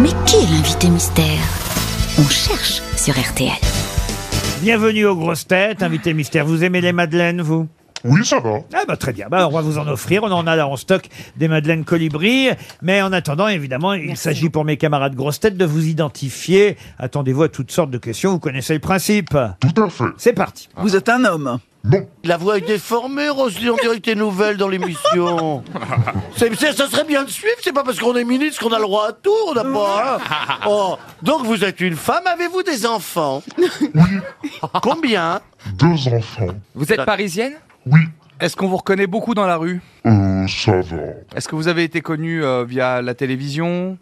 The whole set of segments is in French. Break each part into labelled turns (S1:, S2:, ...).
S1: Mais qui est l'invité mystère On cherche sur RTL.
S2: Bienvenue aux grosses têtes, invité mystère. Vous aimez les madeleines, vous
S3: Oui, ça va.
S2: Ah bah très bien, bah on va vous en offrir, on en a là en stock des madeleines colibri, mais en attendant évidemment il s'agit pour mes camarades grosses têtes de vous identifier, attendez-vous à toutes sortes de questions, vous connaissez le principe.
S3: Tout à fait.
S2: C'est parti.
S4: Ah. Vous êtes un homme.
S3: Non.
S5: La voix est déformée, Roselyne, on dirait que t'es nouvelle dans l'émission. C'est- c'est- ça serait bien de suivre, c'est pas parce qu'on est ministre qu'on a le droit à tout, on n'a pas... hein. Oh, donc vous êtes une femme, avez-vous des enfants Combien
S3: Deux enfants.
S6: Vous êtes parisienne
S3: Oui.
S6: Est-ce qu'on vous reconnaît beaucoup dans la rue
S3: Euh, ça va.
S6: Est-ce que vous avez été connu euh, via la télévision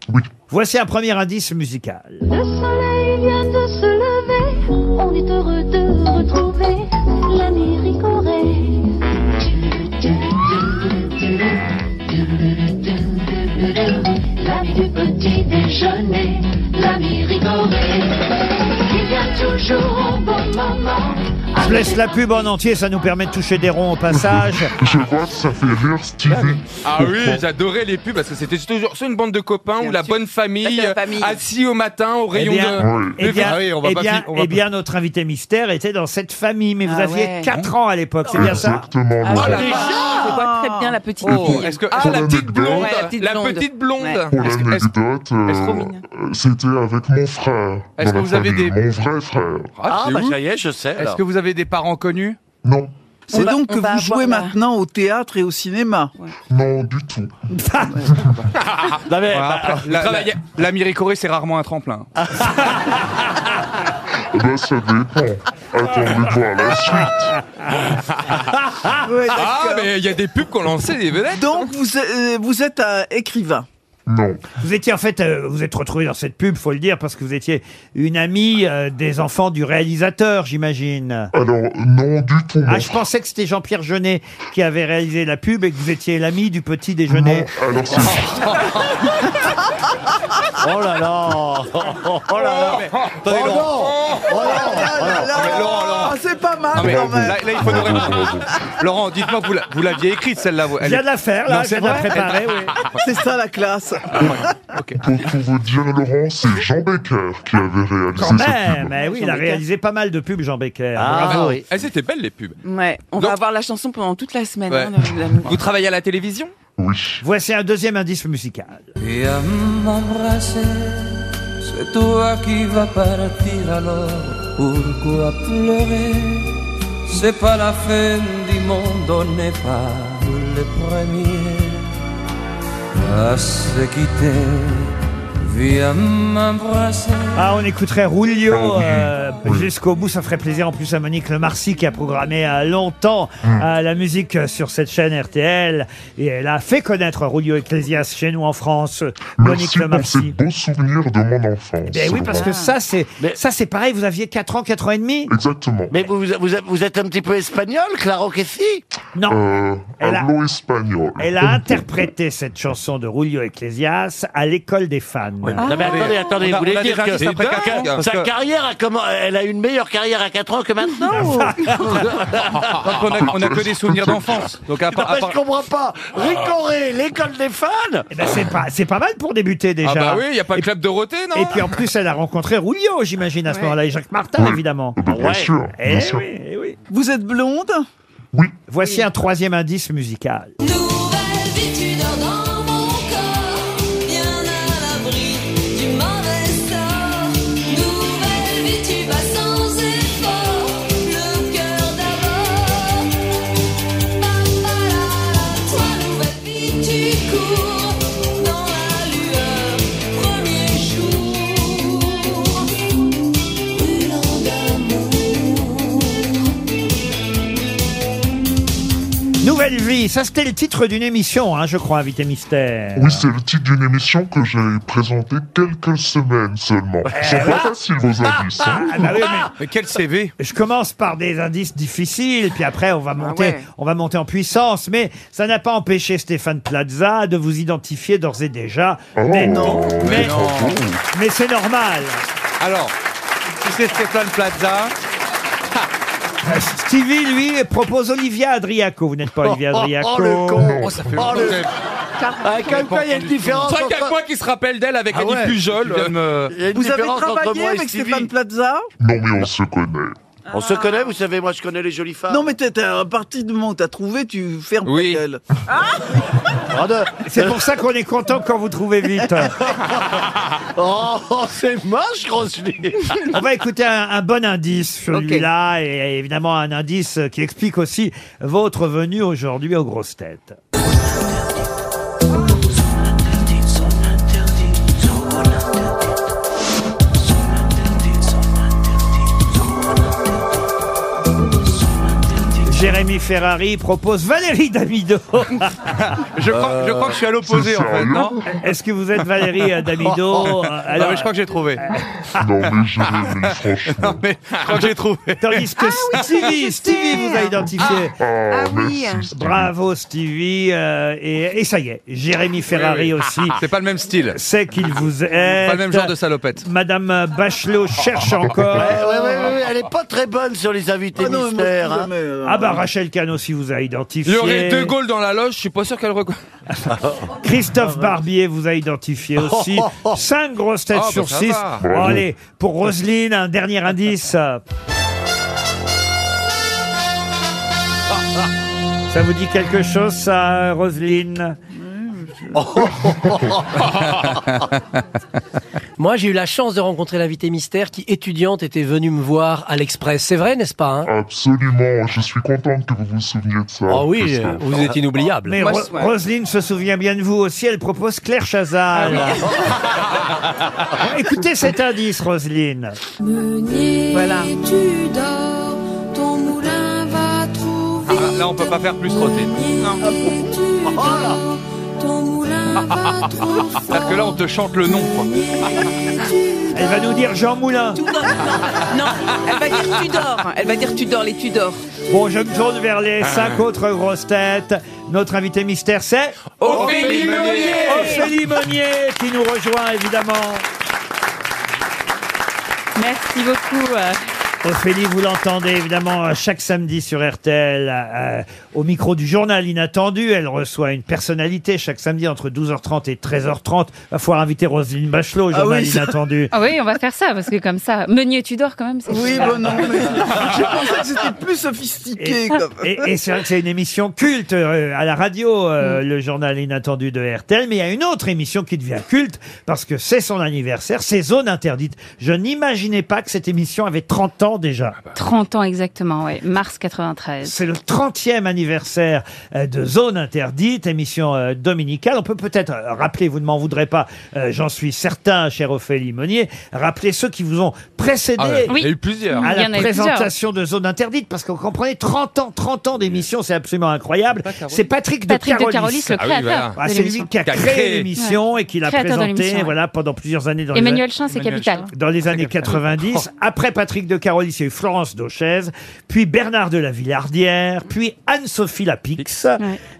S2: Voici un premier indice musical.
S7: Le soleil vient de se lever, on est heureux de retrouver l'Amérique en La du petit déjeuner, l'Amérique en Il vient toujours au bon moment.
S2: Je laisse la pub en entier, ça nous permet de toucher des ronds au passage.
S3: Je vois que ça fait rire Stevie.
S6: Ah oui, j'adorais les pubs parce que c'était toujours soit une bande de copains ou la bonne famille,
S8: La
S6: euh,
S8: famille.
S6: assis au matin au
S2: Eh
S6: rayon
S2: bien,
S6: de...
S3: Oui.
S2: eh bien,
S6: Ah oui, on va
S2: eh
S6: pas
S2: bien,
S6: fi- on va
S2: eh
S6: pas-
S2: bien, notre invité mystère était dans cette famille, mais vous
S8: Ah
S2: aviez
S8: ouais.
S2: 4 ans à l'époque, c'est bien ça
S3: Exactement,
S8: Ah,
S3: Laurent.
S8: voilà.
S5: déjà
S8: Je vois très bien la petite
S6: Oh,
S8: fille.
S6: est-ce que...
S3: Pour
S6: Ah, la petite
S3: l'anecdote-
S6: blonde
S8: Ouais, la petite
S6: La
S8: blonde.
S6: petite blonde
S8: Ouais.
S3: Pour
S6: Est-ce que- est-ce-
S3: l'anecdote,
S8: est-ce
S3: euh,
S8: trop mignonne
S3: euh, c'était avec mon frère.
S6: Est-ce
S3: dans
S6: que
S3: la
S6: vous avez
S3: famille,
S6: des-
S3: Mon vrai frère.
S6: Ah,
S5: Ah,
S6: c'est
S5: bah
S6: ouf.
S5: ça y est, je sais.
S6: Est-ce
S5: alors.
S6: que vous avez des parents connus
S3: Non.
S4: C'est
S8: va-
S4: donc
S8: on
S4: que
S8: va
S4: vous
S8: avoir
S4: jouez
S8: la-
S4: maintenant au théâtre et au cinéma.
S3: Non, du tout.
S5: Non, mais,
S6: Ah,
S5: bah,
S6: la- la- La Miricorée, c'est rarement un tremplin.
S3: Bah, ça dépend. Attendez voir la suite.
S4: Ouais,
S6: Ah,
S4: d'accord.
S6: mais il y a des pubs qu'on lançait, des vedettes
S4: Donc vous, euh, vous êtes un écrivain.
S3: Non.
S2: Vous étiez en fait, euh, vous êtes retrouvé dans cette pub, faut le dire, parce que vous étiez une amie euh, des enfants du réalisateur, j'imagine.
S3: Alors, non, du tout.
S2: Ah,
S3: mon
S2: je pensais que c'était Jean-Pierre Jeunet qui avait réalisé la pub et que vous étiez l'ami du petit déjeuner.
S3: Non, alors
S6: Ah,
S3: c'est
S5: Oh là là Oh là là
S6: Attendez, Laurent.
S4: Ah là là,
S6: mais Laurent, Laurent.
S4: ah, c'est pas mal
S6: Non, mais
S4: quand même.
S6: là, là, il faut nous répondre. Laurent, dites-moi, vous la- vous l'aviez écrite celle-là vous-
S2: Je
S6: elle
S2: viens
S6: est-
S2: de la faire,
S6: Non,
S2: là,
S6: c'est
S2: je viens de la
S6: vrai
S2: préparer, oui.
S4: C'est ça la classe.
S3: pour tout vous dire, Laurent, c'est Jean Becker qui avait réalisé
S2: Quand
S3: cette
S2: même,
S3: pub.
S2: eh oui, il a réalisé pas mal de pubs, Jean Becker.
S5: Ah
S2: Bravo.
S5: oui.
S6: Elles étaient belles les pubs.
S8: Ouais, on
S6: Donc-
S8: va avoir la chanson pendant toute la semaine.
S6: Ouais.
S8: hein, dans la-
S6: Vous travaillez à la télévision
S3: Oui.
S2: Voici un deuxième indice musical.
S9: Y a m'embrasser, c'est toi qui vas partir alors. Pourquoi pleurer C'est pas la fin du monde, on n'est pas les premiers à se quitter. Viens m'embrasser.
S2: Ah, on écouterait Rulio
S3: Ah,
S2: euh, jusqu'au bout. Ça ferait plaisir en plus à Monique Lemarcy qui a programmé euh, longtemps
S3: Hmm.
S2: euh, la musique euh, sur cette chaîne RTL. Et elle a fait connaître Rulio Ecclesias chez nous en France. euh, Monique
S3: Merci pour ces
S2: Lemarcy.
S3: beaux souvenirs de mon enfance.
S2: Ben oui, parce que
S3: Laurent.
S2: ça, c'est
S5: Mais-
S2: ça, c'est pareil. Vous aviez 4 ans, 4 ans et demi
S3: Exactement.
S5: Mais vous, vous, vous êtes- vous êtes un petit peu espagnol, Claro que si
S2: Non.
S3: Euh,
S2: Elle a-
S3: Anglo espagnol.
S2: Elle a interprété cette chanson de Rulio Ecclesias à l'école des fans.
S5: Non mais attendez, attendez,
S6: Ah. On
S5: vous
S6: a-
S5: voulez
S6: on a
S5: dire
S6: des
S5: que,
S6: indices après
S5: que-
S6: quatre ans,
S5: que
S6: parce
S5: sa
S6: que-
S5: carrière a comment elle a une meilleure carrière à 4 ans que maintenant ou-
S6: Donc on a, on a que des souvenirs d'enfance. Donc à
S5: Non,
S6: part- à
S5: mais
S6: part-
S5: je comprends pas. Ricoré, l'école des fans
S2: Eh ben, c'est pas, c'est pas mal pour débuter déjà.
S6: Ah bah oui, il y a pas le club Dorothée, non
S2: Et puis en plus, elle a rencontré Rulio, j'imagine, à ce moment-là, et Jacques Martin, évidemment.
S3: Eh ben, bien
S5: Ouais.
S3: sûr.
S2: Eh
S3: bien sûr.
S2: oui, eh oui.
S4: Vous êtes blonde.
S2: Voici un troisième indice musical.
S7: Nouvelle vie, tu dors dans mon corps, bien à l'abri du mauvais sort. Nouvelle vie, tu vas sans effort, le cœur d'abord. Papalala, toi, nouvelle vie, tu cours dans la lueur, premier jour, brûlant d'amour.
S2: Nouvelle vie, ça c'était le titre d'une émission, hein, je crois, Invité Mystère.
S3: Oui, c'est le titre d'une émission que j'ai présentée quelques semaines seulement. Ce sont pas faciles vos indices. hein.
S2: Eh Ah bah oui,
S6: Mais quel CV
S2: mais je commence par des indices difficiles, puis après
S5: Ah
S2: on va monter,
S8: ouais.
S2: on va monter en puissance, mais ça n'a pas empêché Stéphane Plaza de vous identifier d'ores et déjà.
S3: Oh.
S2: mais non, mais, mais c'est normal.
S6: Alors, si c'est Stéphane Plaza,
S2: Stevie, lui, propose Olivia Adriaco. Vous n'êtes pas Olivia
S5: Oh,
S2: Adriaco.
S5: oh, le con
S6: oh, ça fait
S5: Oh,
S6: longtemps
S5: le-
S6: que j'avais-
S5: Ah, quand même, quoi, il y a une différence
S6: Truc à
S5: entre-
S6: moi qui se rappelle d'elle avec
S5: Ah
S6: Annie
S5: ouais.
S6: Pujol.
S5: Tu viens de
S6: euh,
S5: il y a une
S4: Vous avez
S5: différence entre
S4: travaillé
S5: moi et
S4: avec
S5: Stevie.
S4: Stéphane Plaza
S3: Non, mais on se connaît.
S5: On se connaît, vous savez, moi je connais les jolies
S8: Ah.
S5: femmes.
S4: Non, mais t'es- t'es- à partir du moment où t'as trouvé, tu fermes
S6: Oui.
S4: ta gueule.
S5: Pardon.
S2: C'est pour ça qu'on est content quand vous trouvez vite.
S5: Oh, c'est moche, Roselyne
S4: Euh,
S2: On va écouter un, un bon indice celui-là et évidemment un indice qui explique aussi votre venue aujourd'hui aux grosses têtes. Jérémy Ferrari propose Valérie Damido.
S10: Je crois, je crois que je suis à l'opposé
S3: c'est
S10: en fait,
S3: sérieux
S10: non
S2: Est-ce que vous êtes Valérie euh, Damido
S10: Oh, Non,
S2: Alors,
S10: mais je crois que j'ai trouvé.
S3: Non, mais Jérémy, franchement.
S10: Mais je crois que j'ai trouvé.
S2: Tandis que Stevie, Stevie vous a identifié.
S3: Ah,
S8: oui. hein.
S3: merci, Stevie.
S2: Bravo Stevie. euh, et, et ça y est, Jérémy Ferrari aussi
S6: Ah,
S10: C'est pas le même style.
S2: sait qu'il vous est.
S10: Pas le même genre de salopette.
S2: Madame Bachelot cherche encore.
S5: Ouais, ouais, ouais, ouais, ouais, elle est pas très bonne sur les invités
S4: Ah non, mais moi,
S5: mystères.
S4: je
S5: hein.
S4: suis jamais, euh,
S2: Ah bah Rachel Kahn aussi vous a
S6: Il
S2: identifié.
S6: y aurait De Gaulle dans la loge, je suis pas sûr qu'elle reconnaisse.
S2: Christophe Barbier vous a identifié aussi. Cinq grosses têtes
S6: Ah, bah,
S2: sur
S6: ça
S2: six.
S6: va.
S2: Bon, allez, pour Roselyne, un dernier indice. Ça vous dit quelque chose, ça, Roselyne
S11: Moi, j'ai eu la chance de rencontrer l'invité mystère qui, étudiante, était venue me voir à l'Express. C'est vrai, n'est-ce pas hein
S3: Absolument, je suis contente que vous vous souveniez de ça.
S11: Ah oui,
S3: Christophe.
S11: euh, vous êtes inoubliable.
S2: Mais
S8: Moi,
S2: Ro-
S8: je- ouais.
S2: Roselyne se souvient bien de vous aussi, elle propose Claire Chazal.
S8: Ah
S2: Écoutez cet indice, Roselyne.
S7: Meunier,
S8: Voilà.
S7: tu dors, ton moulin va trop vite.
S10: Ah, là, on peut pas faire plus, Roselyne.
S7: Meunier, tu dors, ton
S8: Ah,
S7: moulin va trop fort.
S10: C'est-à-dire que là, on te chante le nom, quoi.
S2: Elle va nous dire Jean Moulin.
S8: Non, non, elle va dire Tudor. Elle va dire Tudor, les Tudors.
S2: Bon, je me tourne vers les
S4: Ah.
S2: cinq autres grosses têtes. Notre invité mystère, c'est
S6: Ophélie
S12: Ah
S6: Meunier
S2: Ophélie Meunier qui nous rejoint évidemment.
S8: Merci beaucoup. euh,
S2: Ophélie, vous l'entendez évidemment euh, chaque samedi sur RTL euh, au micro du journal Inattendu. Elle reçoit une personnalité chaque samedi entre 12h30 et 13h30. Va falloir inviter Roselyne Bachelot au
S4: Ah
S2: journal
S4: oui, ça-
S2: Inattendu.
S12: Ah oui, on va faire ça, parce que comme ça, Meunier Tudor quand même, c'est
S4: Oui, bon, non, mais je pensais que c'était plus sophistiqué.
S2: Et,
S4: comme-
S2: et- et c'est vrai que c'est une émission culte euh, à la radio, euh,
S12: Mm.
S2: le journal inattendu de RTL, mais il y a une autre émission qui devient culte parce que c'est son anniversaire, c'est Zone Interdite. Je n'imaginais pas que cette émission avait 30 ans déjà.
S12: 30 Ah bah. ans exactement, ouais, mars 93.
S2: C'est le 30e anniversaire euh, de Zone Interdite, émission euh, dominicale. On peut peut-être euh, rappeler, vous ne m'en voudrez pas, euh, j'en suis certain, chère Ophélie Meunier, rappeler ceux qui vous ont précédé.
S10: Ah ouais,
S12: Oui.
S10: Il y a eu plusieurs.
S2: à
S12: Oh, Il y en
S2: la
S12: a eu plusieurs.
S2: présentation de Zone Interdite, parce que vous comprenez, 30 ans, 30 ans d'émission, c'est absolument incroyable. C'est Patrick,
S12: Patrick
S2: de
S12: de Carolis,
S2: Carolis.
S12: le
S6: Ah oui,
S12: créateur
S2: Ah,
S12: de
S2: c'est lui
S12: l'émission.
S2: qui a
S6: Qui a
S2: créé
S6: créé.
S2: l'émission et qui l'a
S12: Créateur de
S2: présenté
S12: l'émission, ouais.
S2: voilà, pendant plusieurs années dans les-
S12: Emmanuel Chin, c'est
S10: Emmanuel
S12: capital.
S10: Chin.
S2: dans les années
S6: Oh.
S2: 90. Après Patrick de Carolis, il y a eu Florence Dauchez, puis Bernard de la Villardière, puis Anne-Sophie Lapix,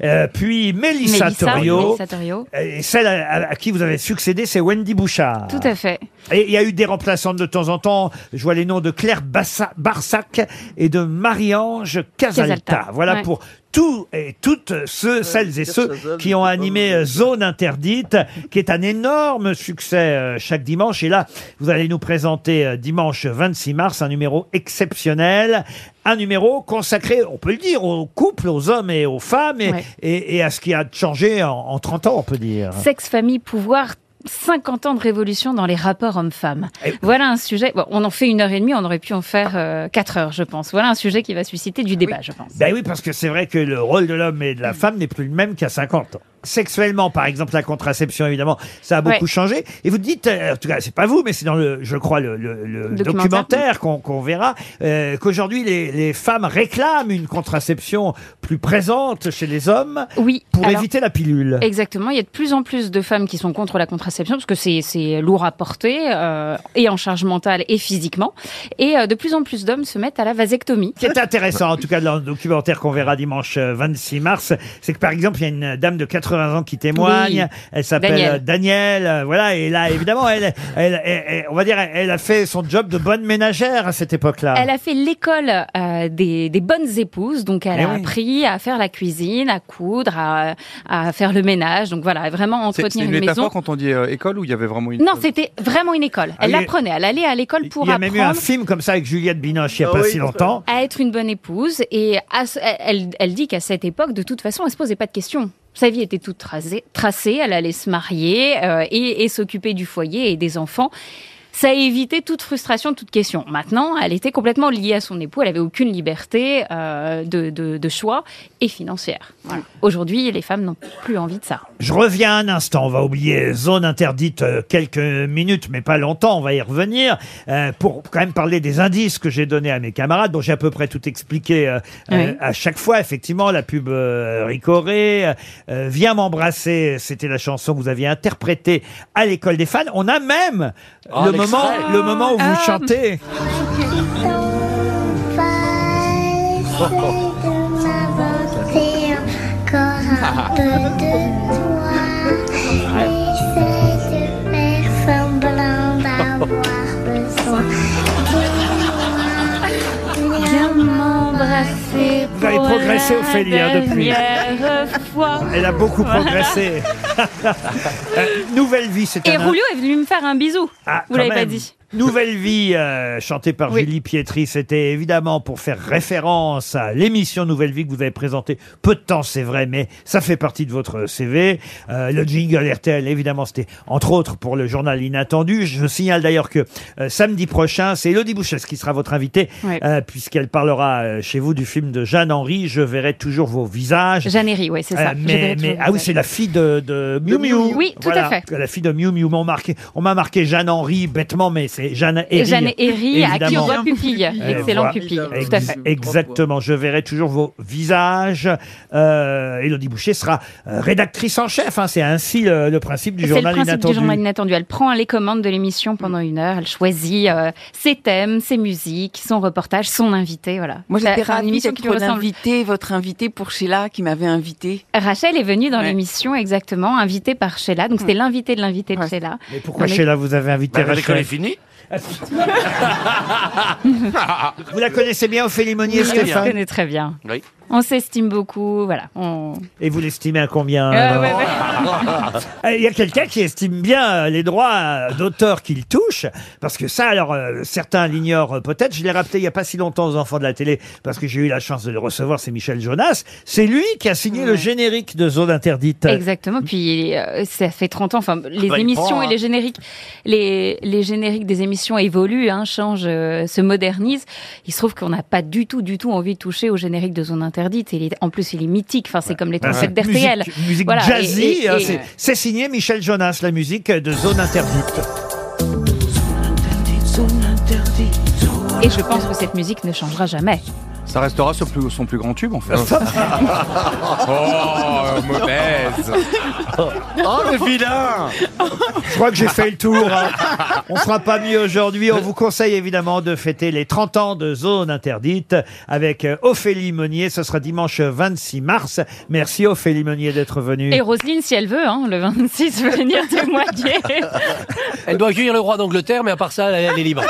S2: euh, puis Mélissa
S12: Mélissa,
S2: Torio.
S12: Mélissa Torio.
S2: Et celle à, à- à qui vous avez succédé, c'est Wendy Bouchard.
S12: Tout à fait.
S2: Et il y a eu des remplaçantes de temps en temps. Je vois les noms de Claire Bassa- Barsac et de Marie-Ange Casalta.
S12: Casalta,
S2: Voilà
S12: ouais.
S2: pour tous et toutes ceux, celles et
S4: Claire
S2: ceux
S4: Chazal,
S2: qui ont
S4: c'est
S2: animé
S4: pas
S2: euh, Zone Interdite, qui est un énorme succès euh, chaque dimanche. Et là, vous allez nous présenter euh, dimanche 26 mars un numéro exceptionnel. Un numéro consacré, on peut le dire, aux couples, aux hommes et aux femmes, et,
S12: Ouais.
S2: et- et à ce qui a changé en, en 30 ans, on peut dire.
S12: Sexe, famille, pouvoir. 50 ans de révolution dans les rapports hommes-femmes.
S2: Et-
S12: Voilà un sujet. Bon, on en fait une heure et demie, on aurait pu en faire euh, quatre heures, je pense. Voilà un sujet qui va susciter du débat, je pense.
S2: Ben oui, parce que c'est vrai que le rôle de l'homme et de la femme n'est plus le même qu'à 50 ans. Sexuellement, par exemple, la contraception, évidemment, ça a beaucoup
S12: Ouais.
S2: changé. Et vous dites, euh, en tout cas, c'est pas vous, mais c'est dans le, je crois, le, le- le documentaire,
S12: Documentaire.
S2: qu'on qu'on verra, euh, qu'aujourd'hui les, les femmes réclament une contraception plus présente chez les hommes
S12: Oui.
S2: pour
S12: alors-
S2: éviter la pilule.
S12: Exactement, il y a de plus en plus de femmes qui sont contre la contraception parce que c'est c'est lourd à porter euh, et en charge mentale et physiquement. Et euh, de plus en plus d'hommes se mettent à la vasectomie.
S2: Ce qui est intéressant, en tout cas, dans le documentaire qu'on verra dimanche euh, 26 mars, c'est que par exemple, il y a une dame de 80 ans qui témoigne.
S12: Oui.
S2: Elle s'appelle
S12: Daniel.
S2: euh, Daniel. euh, Voilà, et là, évidemment, elle, elle- elle- elle- on va dire, elle a fait son job de bonne ménagère à cette époque-là.
S12: Elle a fait l'école euh, des, des bonnes épouses, donc elle
S2: Eh
S12: a
S2: oui.
S12: appris à faire la cuisine, à coudre, à, à faire le ménage, donc voilà, vraiment
S10: C'est c'est
S12: entretenir
S10: une
S12: une, maison.
S10: métaphore quand on dit euh, école ou il y avait vraiment une.
S12: Non, c'était vraiment une école.
S10: Ah
S12: Elle
S10: oui.
S12: apprenait, elle allait à l'école pour
S2: euh. Il y a
S12: apprendre.
S2: même eu un film comme ça avec Juliette Binoche il n'y a pas si longtemps.
S12: À être une bonne épouse. Et à ce- elle, elle dit qu'à cette époque, de toute façon, elle se posait pas de questions. Sa vie était toute tracée, tracée elle allait se marier euh, et, et s'occuper du foyer et des enfants. Ça évitait toute frustration, toute question. Maintenant, elle était complètement liée à son époux, elle avait aucune liberté euh, de, de- de choix et financière. Voilà. Aujourd'hui, les femmes n'ont plus envie de ça.
S2: Je reviens un instant, on va oublier zone interdite euh, quelques minutes, mais pas longtemps, on va y revenir, euh, pour quand même parler des indices que j'ai donnés à mes camarades, dont j'ai à peu près tout expliqué euh,
S13: Oui.
S2: euh, à chaque fois, effectivement, la pub euh, Ricoré, euh, euh, Viens m'embrasser, c'était la chanson que vous aviez interprétée à l'école des fans, on a même euh,
S13: Oh,
S2: le,
S13: l'extrait.
S2: moment, le moment où vous
S13: Ah.
S2: chantez. Vous avez progressé, Ophélie, hein, depuis. Elle a beaucoup progressé. Euh, Nouvelle vie, c'est
S12: Et
S2: un-
S12: Roulio est venu me faire un bisou.
S2: Ah,
S12: Vous
S2: quand
S12: l'avez pas
S2: même.
S12: dit.
S2: Nouvelle vie, euh, chantée par Julie Pietri, c'était évidemment pour faire référence à l'émission Nouvelle vie que vous avez présentée peu de temps, c'est vrai, mais ça fait partie de votre CV. Euh, le jingle RTL, évidemment, c'était entre autres pour le journal Inattendu. Je signale d'ailleurs que euh, samedi prochain, c'est Elodie Bouchesse qui sera votre invitée,
S12: Ouais.
S2: euh, puisqu'elle parlera euh, chez vous du film de Jeanne Henry. Je verrai toujours vos visages.
S12: Jeanne Herry, ouais, c'est ça.
S2: Euh,
S12: Je verrai
S2: mais,
S12: toujours
S2: mais-
S12: vos
S2: ah oui,
S12: visages.
S2: c'est la fille de, de Miu Miu.
S12: Oui, tout à fait.
S2: La fille de Miu Miu. On m'a marqué, on m'a marqué Jeanne Henry bêtement, mais c'est Jeanne Herry.
S12: Jeanne Herry, à qui on
S2: évidemment.
S12: doit pupille.
S2: Euh,
S12: Excellent
S2: voilà.
S12: pupille, tout à
S2: Ex-
S12: fait.
S2: Exactement. Je verrai toujours vos visages. Euh, Élodie Boucher sera euh, rédactrice en chef. hein. C'est ainsi le, le principe du
S12: C'est le
S2: journal
S12: principe
S2: inattendu.
S12: du journal inattendu. Elle prend les commandes de l'émission pendant une heure, elle choisit euh, ses thèmes, ses musiques, son reportage, son invité, voilà.
S8: Moi,
S12: C'est
S8: j'étais
S12: Bah, une
S8: ravie
S12: émission qui lui
S8: d'être
S12: ressemble.
S8: invitée, votre invitée pour Sheila qui m'avait invitée.
S12: Rachel est venue dans l'émission, exactement, invitée par Sheila. Donc, c'était l'invité de l'invité de Sheila.
S2: Mais Pourquoi Sheila vous avez invité
S5: Bah, la
S2: Rachel
S5: décolle est finie.
S2: Vous la connaissez bien, Ophélie Monnier,
S12: Oui, on se
S2: Stéphane
S12: connaît très bien.
S5: Oui.
S12: On s'estime beaucoup, voilà. On...
S2: Et vous l'estimez à combien
S12: Euh,
S2: alors
S12: ouais, ouais.
S2: Euh, Il y a quelqu'un qui estime bien euh, les droits euh, d'auteur qu'il touche, parce que ça, alors euh, certains l'ignorent euh, peut-être. Je l'ai rappelé il n'y a pas si longtemps aux enfants de la télé, parce que j'ai eu la chance de le recevoir. C'est Michel Jonas. C'est lui qui a signé le générique de Zone interdite.
S12: Exactement. Puis euh, ça fait 30 ans. Enfin, les
S2: bah, il
S12: émissions
S2: prend,
S12: et
S2: hein.
S12: les génériques, les, les génériques des émissions évoluent, hein, changent, euh, se modernisent. Il se trouve qu'on n'a pas du tout, du tout envie de toucher au générique de Zone Interdite. Il est, en plus, il est mythique. Enfin, c'est comme les
S2: Bah,
S12: trompettes
S2: c'est
S12: d'RTL.
S2: Musique, musique
S12: Voilà, et-
S2: jazzy.
S12: et-
S2: hein,
S12: et-
S2: c'est- C'est signé Michel Jonas, la musique de Zone interdite.
S12: et je pense que cette musique ne changera jamais.
S10: Ça restera son plus, son plus grand tube en fait.
S6: Oh, mauvaise.
S5: Oh, le vilain
S2: Je crois que j'ai fait le tour. hein. On fera pas mieux aujourd'hui. On vous conseille évidemment de fêter les 30 ans de Zone Interdite avec euh, Ophélie Meunier. Ce sera dimanche 26 mars. Merci Ophélie Meunier d'être venue.
S12: Et Roselyne, si elle veut, hein, le 26, venir témoigner.
S11: Elle doit accueillir le roi d'Angleterre, mais à part ça, elle, elle est libre.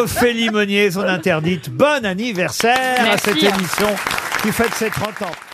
S2: Ophélie Meunier, Zone Interdite. Bon anniversaire à
S11: Merci.
S2: cette émission qui fête ses 30 ans.